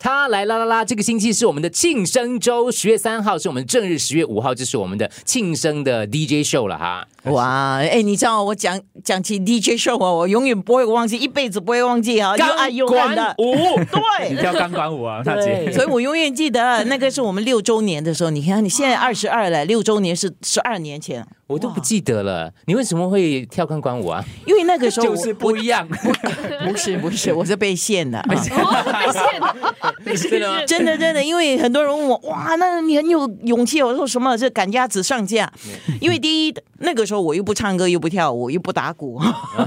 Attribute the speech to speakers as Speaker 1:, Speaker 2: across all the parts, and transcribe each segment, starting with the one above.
Speaker 1: 哈来啦啦啦！这个星期是我们的庆生周，十月三号是我们正日，十月五号就是我们的庆生的 DJ show 了哈。
Speaker 2: 哇，哎、你知道我讲讲起 DJ show 啊，我永远不会忘记，一辈子不会忘记啊，又爱又恨的
Speaker 1: 钢管。舞
Speaker 2: 哦对，
Speaker 3: 你跳钢管舞啊，大
Speaker 2: 对，所
Speaker 3: 姐。
Speaker 2: 以我永远记得那个是我们六周年的时候。你看，你现在二十二了，六周年是十二年前，
Speaker 1: 我都不记得了。你为什么会跳钢管舞啊？
Speaker 2: 因为那个时候我
Speaker 3: 就是不一样，
Speaker 2: 不是不是，我是被限的啊。
Speaker 4: 哦被骗了，被
Speaker 1: 真的吗
Speaker 4: 骗
Speaker 2: 真的真的，因为很多人问我，哇，那你很有勇气哦。我说什么？这赶鸭子上架，因为第一那个时候我又不唱歌，又不跳舞，又不打鼓，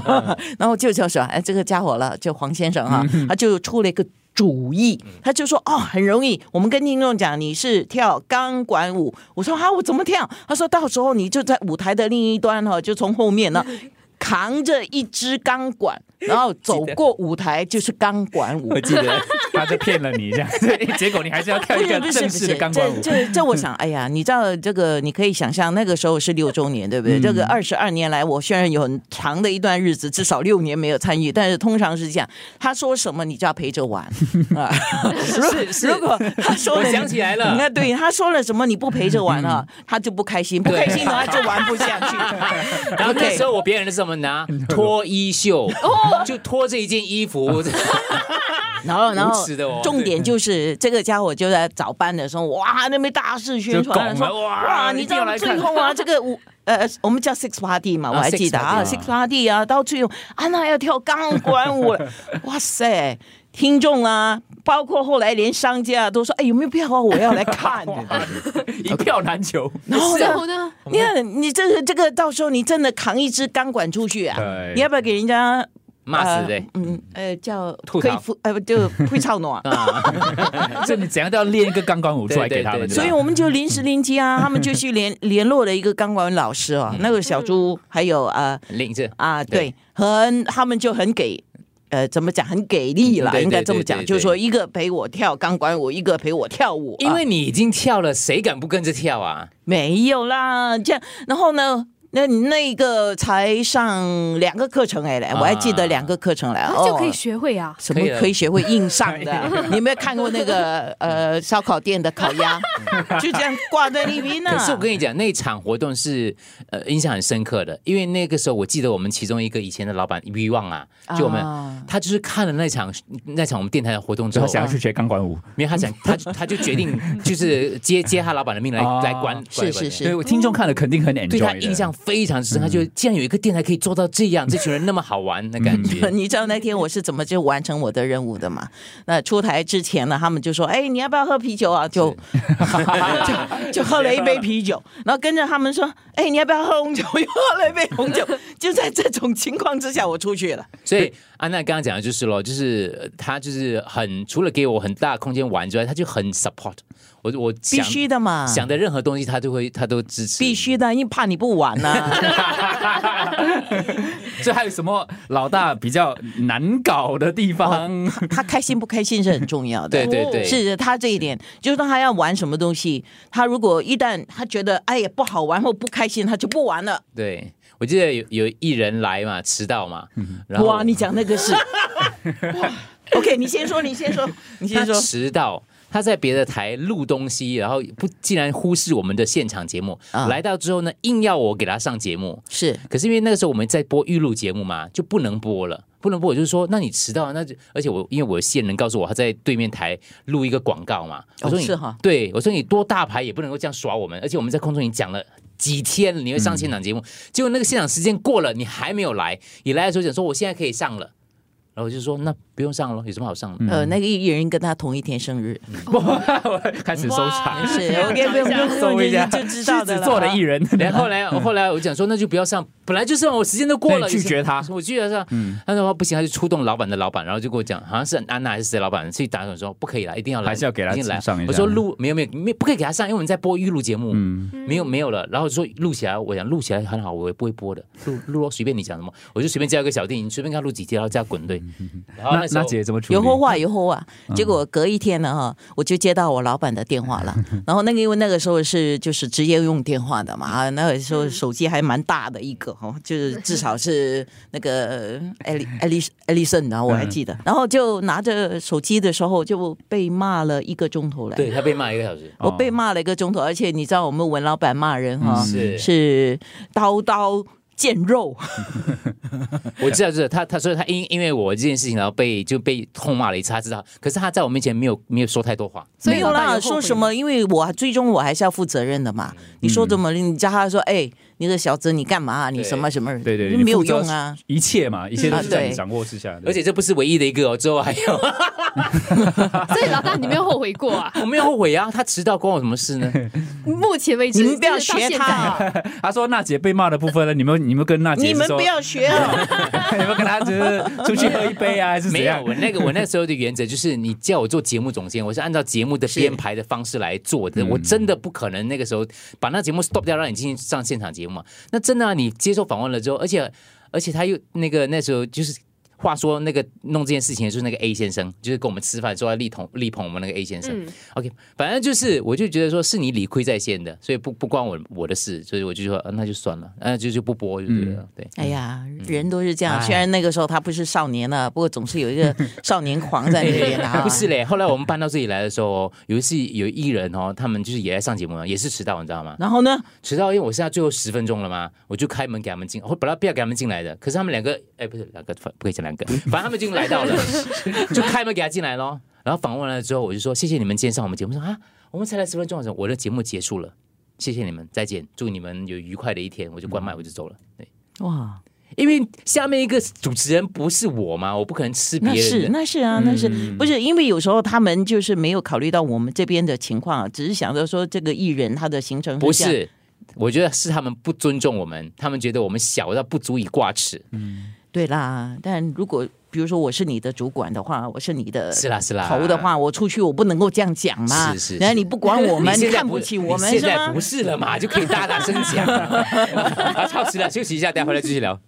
Speaker 2: 然后就就说，哎，这个家伙了，就黄先生哈、他就出了一个。主意，他就说哦，很容易。我们跟听众讲，你是跳钢管舞。我说啊，我怎么跳？他说到时候你就在舞台的另一端哈、就从后面呢扛着一支钢管，然后走过舞台就是钢管舞。
Speaker 3: 我记得他就骗了你这样，所以结果你还是要跳
Speaker 2: 不
Speaker 3: 一
Speaker 2: 是
Speaker 3: 个
Speaker 2: 不是
Speaker 3: 正
Speaker 2: 不
Speaker 3: 式
Speaker 2: 是，
Speaker 3: 的钢管舞
Speaker 2: 这。这这，我 想，哎呀，你知道这个，你可以想象那个时候是六周年，对不对？这
Speaker 3: 嗯
Speaker 2: 个二十二年来，我虽然有很长的一段日子，至少六年没有参与，但是通常是这样，他说什么你就要陪着玩啊。
Speaker 1: 是
Speaker 2: 如果他说
Speaker 1: 我
Speaker 2: 了，
Speaker 1: 想起来了
Speaker 2: 你看，对他说了什么你不陪着玩啊，
Speaker 3: 嗯
Speaker 2: 他就不开心，不开心的话就玩不下去。
Speaker 1: 然后那
Speaker 2: OK
Speaker 1: 时候我别人是什么拿脱衣袖，就脱这一件衣服，
Speaker 2: 然后，然
Speaker 1: 无
Speaker 2: 后
Speaker 1: 耻的哦
Speaker 2: 重点就是这个家伙就在早班的时候，哇，那边大肆宣
Speaker 3: 就
Speaker 2: 传
Speaker 3: 拱了
Speaker 2: 说，
Speaker 3: 哇
Speaker 2: 哇，你
Speaker 3: 一
Speaker 2: 知
Speaker 3: 定要
Speaker 2: 道
Speaker 3: 来
Speaker 2: 最
Speaker 3: 看
Speaker 2: 后啊，这个舞。呃，我们叫 six party 嘛，我还
Speaker 1: six
Speaker 2: 记得啊
Speaker 1: party
Speaker 2: ，six party 啊，到最后安娜要跳钢管舞了，哇塞，听众啊，包括后来连商家都说，哎，有没有票啊？我要来看。
Speaker 3: 一票难求。
Speaker 2: 然后
Speaker 4: 然
Speaker 2: 呢，
Speaker 4: 后呢？
Speaker 2: 你看你这个这个，到时候你真的扛一支钢管出去啊
Speaker 3: 对，
Speaker 2: 你要不要给人家
Speaker 1: 骂死
Speaker 2: 呃
Speaker 1: 的。
Speaker 2: 嗯，呃，叫
Speaker 1: 吐
Speaker 2: 可以
Speaker 1: 槽啊
Speaker 2: 服呃，就会操暖。
Speaker 3: 这你怎样都要练一个钢管舞出来给他们。
Speaker 1: 对对对
Speaker 2: 所以
Speaker 3: 对吧
Speaker 2: 我们就临时临机啊，他们就去联联络了一个钢管老师啊，那个小猪还有啊
Speaker 1: 领着
Speaker 2: 啊，
Speaker 1: 对
Speaker 2: 对，很他们就很给。呃，怎么讲很给力
Speaker 1: 嗯
Speaker 2: 了，
Speaker 1: 对
Speaker 2: 应该
Speaker 1: 对
Speaker 2: 这么
Speaker 1: 对对
Speaker 2: 讲，
Speaker 1: 对
Speaker 2: 就是说一个陪我跳钢管舞，一个陪我跳舞啊，
Speaker 1: 因为你已经跳了，谁敢不跟着跳啊？
Speaker 2: 没有啦，这样，然后呢？那你那个才上两个课程哎嘞，
Speaker 1: 啊
Speaker 2: 我还记得两个课程来
Speaker 4: 然
Speaker 2: 哦
Speaker 4: 后就可以学会啊。
Speaker 2: 什么
Speaker 1: 可以了
Speaker 2: 可以学会硬上的？
Speaker 1: 啊
Speaker 2: 你有没有看过那个呃烧烤店的烤 鸭，就这样挂在那边呢？啊
Speaker 1: 可是我跟你讲，那一场活动是呃印象很深刻的，因为那个时候我记得我们其中一个以前的老板 V 旺啊，就我们、
Speaker 2: 啊
Speaker 1: 他就是看了那场那场我们电台的活动之
Speaker 3: 就
Speaker 1: 后，
Speaker 3: 想要去学钢管舞。
Speaker 1: 没有他想他他就决 定就是接接他老板的命来、
Speaker 3: 哦
Speaker 1: 来管，
Speaker 2: 是
Speaker 1: 管
Speaker 2: 是是
Speaker 3: 对，我听众看了肯定很 enjoy
Speaker 1: 对他
Speaker 3: 的 嗯
Speaker 1: 印象非常深，他就竟然有一个电台可以做到这样，这群人那么好玩的感觉。
Speaker 3: 嗯
Speaker 2: 你知道那天我是怎么就完成我的任务的吗？那出台之前呢，他们就说：“哎，你要不要喝啤酒啊？”就就 就喝了一杯啤酒，然后跟着他们说：“哎，你要不要喝红酒？” 又喝了一杯红酒。就在这种情况之下，我出去了。
Speaker 1: 所以安娜刚刚讲的就是咯，就是呃他就是很除了给我很大空间玩之外，他就很 support 我，我
Speaker 2: 必
Speaker 1: 想
Speaker 2: 须的嘛，
Speaker 1: 想的任何东西他都会他都支持，
Speaker 2: 必须的，因为怕你不玩呢、
Speaker 3: 这还有什么老大比较难搞的地方？
Speaker 2: 他开心不开心是很重要的。
Speaker 1: 对对对，
Speaker 2: 哦是的，他这一点，就是他要玩什么东西，他如果一旦他觉得哎呀不好玩或不开心，他就不玩了。
Speaker 1: 对，我记得有有艺人来嘛，迟到嘛，然后
Speaker 2: 哇，你讲那个是哇，OK，你先说，你先说，你
Speaker 1: 他
Speaker 2: 先说。
Speaker 1: 迟到，他在别的台录东西，然后不竟然忽视我们的现场节目，
Speaker 2: 啊
Speaker 1: 来到之后呢，硬要我给他上节目，
Speaker 2: 是
Speaker 1: 可是因为那个时候我们在播预录节目嘛，就不能播了。不能播，我就是说，那你迟到，那就而且我因为我的线人告诉我他在对面台录一个广告嘛，我说你、
Speaker 2: 哦是哈
Speaker 1: 对我说你多大牌也不能够这样耍我们，而且我们在空中已经讲了几天了，你会上现场节目，
Speaker 2: 嗯
Speaker 1: 结果那个现场时间过了，你还没有来，你来的时候讲说我现在可以上了，然后我就说那不用上了，有什么好上的？
Speaker 2: 呃，那个艺人跟他同一天生日，
Speaker 3: 哦 开始收场，
Speaker 2: 是 OK，不用不用不用
Speaker 3: 搜一下，
Speaker 2: 就知道的
Speaker 3: 狮
Speaker 2: 了。
Speaker 3: 子座的艺人，
Speaker 1: 然后后来，后来我讲说，那就不要上，本来就是我时间都过了，
Speaker 3: 嗯对拒绝他嗯
Speaker 1: 我拒绝他。他说啊不行，他就触动老板的老板，然后就跟我讲，好啊像是安娜还是谁老板，去打手说不可以了，一定要来，
Speaker 3: 还是要给他
Speaker 1: 一定来
Speaker 3: 上一下嗯
Speaker 1: 我说录没有没有没有不可以给他上，因为我们在播预录节目，没
Speaker 4: 嗯
Speaker 1: 有没有了。然后说录起来，我想录起来很好，我也 不会播的，录录咯，随便你讲什么，我就随便叫一个小电影，随便给他录几集，然后叫他滚对。然后那时
Speaker 3: 那
Speaker 1: 候，
Speaker 3: 姐怎么处理？
Speaker 2: 有后话有后话。结果隔一天呢哈，我就接到我老板的电话了。然后那个因为那个时候是就是直接用电话的嘛，啊，那个时候手机还蛮大的一个哦，就是至少是那个艾丽艾丽艾丽森，然后我还记得。然后就拿着手机的时候就被骂了一个钟头来。
Speaker 1: 对他被骂一个小 时，
Speaker 2: 我
Speaker 3: 哦
Speaker 2: 被骂了一个钟头，而且你知道我们文老板骂人
Speaker 3: 嗯
Speaker 2: 哈、
Speaker 1: 是
Speaker 2: 是刀刀见肉，
Speaker 1: 我知道，知道他，他说他因因为我这件事情，然后被就被痛骂了一次，他知道。可是他在我面前没有没有说太多话，
Speaker 4: 所以
Speaker 2: 没有
Speaker 4: 老大
Speaker 2: 啦，
Speaker 4: 有后悔
Speaker 2: 说什么？因为我最终我还是要负责任的嘛。
Speaker 3: 嗯
Speaker 2: 你说怎么？你叫他说，哎，你这小子你干嘛啊？你
Speaker 1: 对
Speaker 2: 什么什么？
Speaker 3: 对对对，
Speaker 2: 没有用啊。！
Speaker 3: 一切嘛，一切都
Speaker 2: 嗯
Speaker 3: 是在
Speaker 2: 对
Speaker 3: 你掌握之下的。
Speaker 1: 而且这不是唯一的一个哦，之后还有，
Speaker 4: 所以老大你没有后悔过 啊？
Speaker 1: 我没有后悔啊，他迟到关我什么事呢？
Speaker 4: 目前为止，
Speaker 2: 嗯你们不要
Speaker 4: 就是到
Speaker 2: 学
Speaker 4: 现
Speaker 2: 他
Speaker 4: 在
Speaker 2: 啊
Speaker 4: 啊！
Speaker 3: 他说娜姐被骂的部分呢，你们你们跟娜姐
Speaker 2: 你
Speaker 3: 是
Speaker 2: 们
Speaker 3: 说
Speaker 2: 不 要学哦。
Speaker 3: 有没有跟他只是出去喝一杯啊，还是
Speaker 1: 没有，
Speaker 3: 怎样？
Speaker 1: 我那个我那时候的原则就是，你叫我做节目总监，我是按照节目的编排的方式来做的。我真的不可能那个时候把那节目 stop 掉，让你进去上现场节目嘛。那真的、啊，你接受访问了之后，而且而且他又那个那时候就是。话说那个弄这件事情的就是那个 A 先生，就是跟我们吃饭说要力捧力捧我们那个 A 先生。
Speaker 4: 嗯，
Speaker 1: OK，反正就是，我就觉得说是你理亏在先的，所以不不关我我的事，所以我就说、呃那就算了，那、就就不播就对了。对，
Speaker 2: 哎呀，
Speaker 3: 嗯
Speaker 2: 人都是这样。
Speaker 1: 哎
Speaker 2: 虽然那个时候他不是少年了，不过总是有一个少年狂在那边啊。
Speaker 1: 不是嘞。后来我们搬到这里来的时候哦，有一次有艺人哦，他们就是也在上节目嘛，也是迟到，你知道吗？
Speaker 2: 然后呢？
Speaker 1: 迟到，因为我剩下最后十分钟了嘛，我就开门给他们进，我本来不要给他们进来的，可是他们两个，哎，不是两个，不可以讲 两个，反正他们已经来到了， 就开门给他进来咯。然后访问了之后，我就说谢谢你们今天上我们节目，说啊，我们才来十分钟的时候，我的节目结束了，谢谢你们，再见，祝你们有愉快的一天，我就关麦，我就嗯走了。对，
Speaker 2: 哇，
Speaker 1: 因为下面一个主持人不是我嘛，我不可能吃别
Speaker 2: 那
Speaker 1: 人的。嗯
Speaker 2: 是那是啊，那是、不是？因为有时候他们就是没有考虑到我们这边的情况啊，只是想着说这个艺人他的行程
Speaker 1: 不
Speaker 2: 这样
Speaker 1: 是，我觉得是他们不尊重我们，他们觉得我们小到不足以挂齿。
Speaker 2: 对啦，但如果比如说我是你的主管的话，我是你的
Speaker 1: 是啦是啦，
Speaker 2: 头的话，我出去我不能够这样讲嘛。
Speaker 1: 是是是
Speaker 2: 然后你不管我
Speaker 1: 你
Speaker 2: 们，
Speaker 1: 现
Speaker 2: 你
Speaker 1: 在
Speaker 2: 看不起我们
Speaker 1: 你
Speaker 2: 是
Speaker 1: 现在
Speaker 2: 吗
Speaker 1: 不？是了嘛，就可以大大声讲。好超时了，休息一下，待会儿回来继续聊。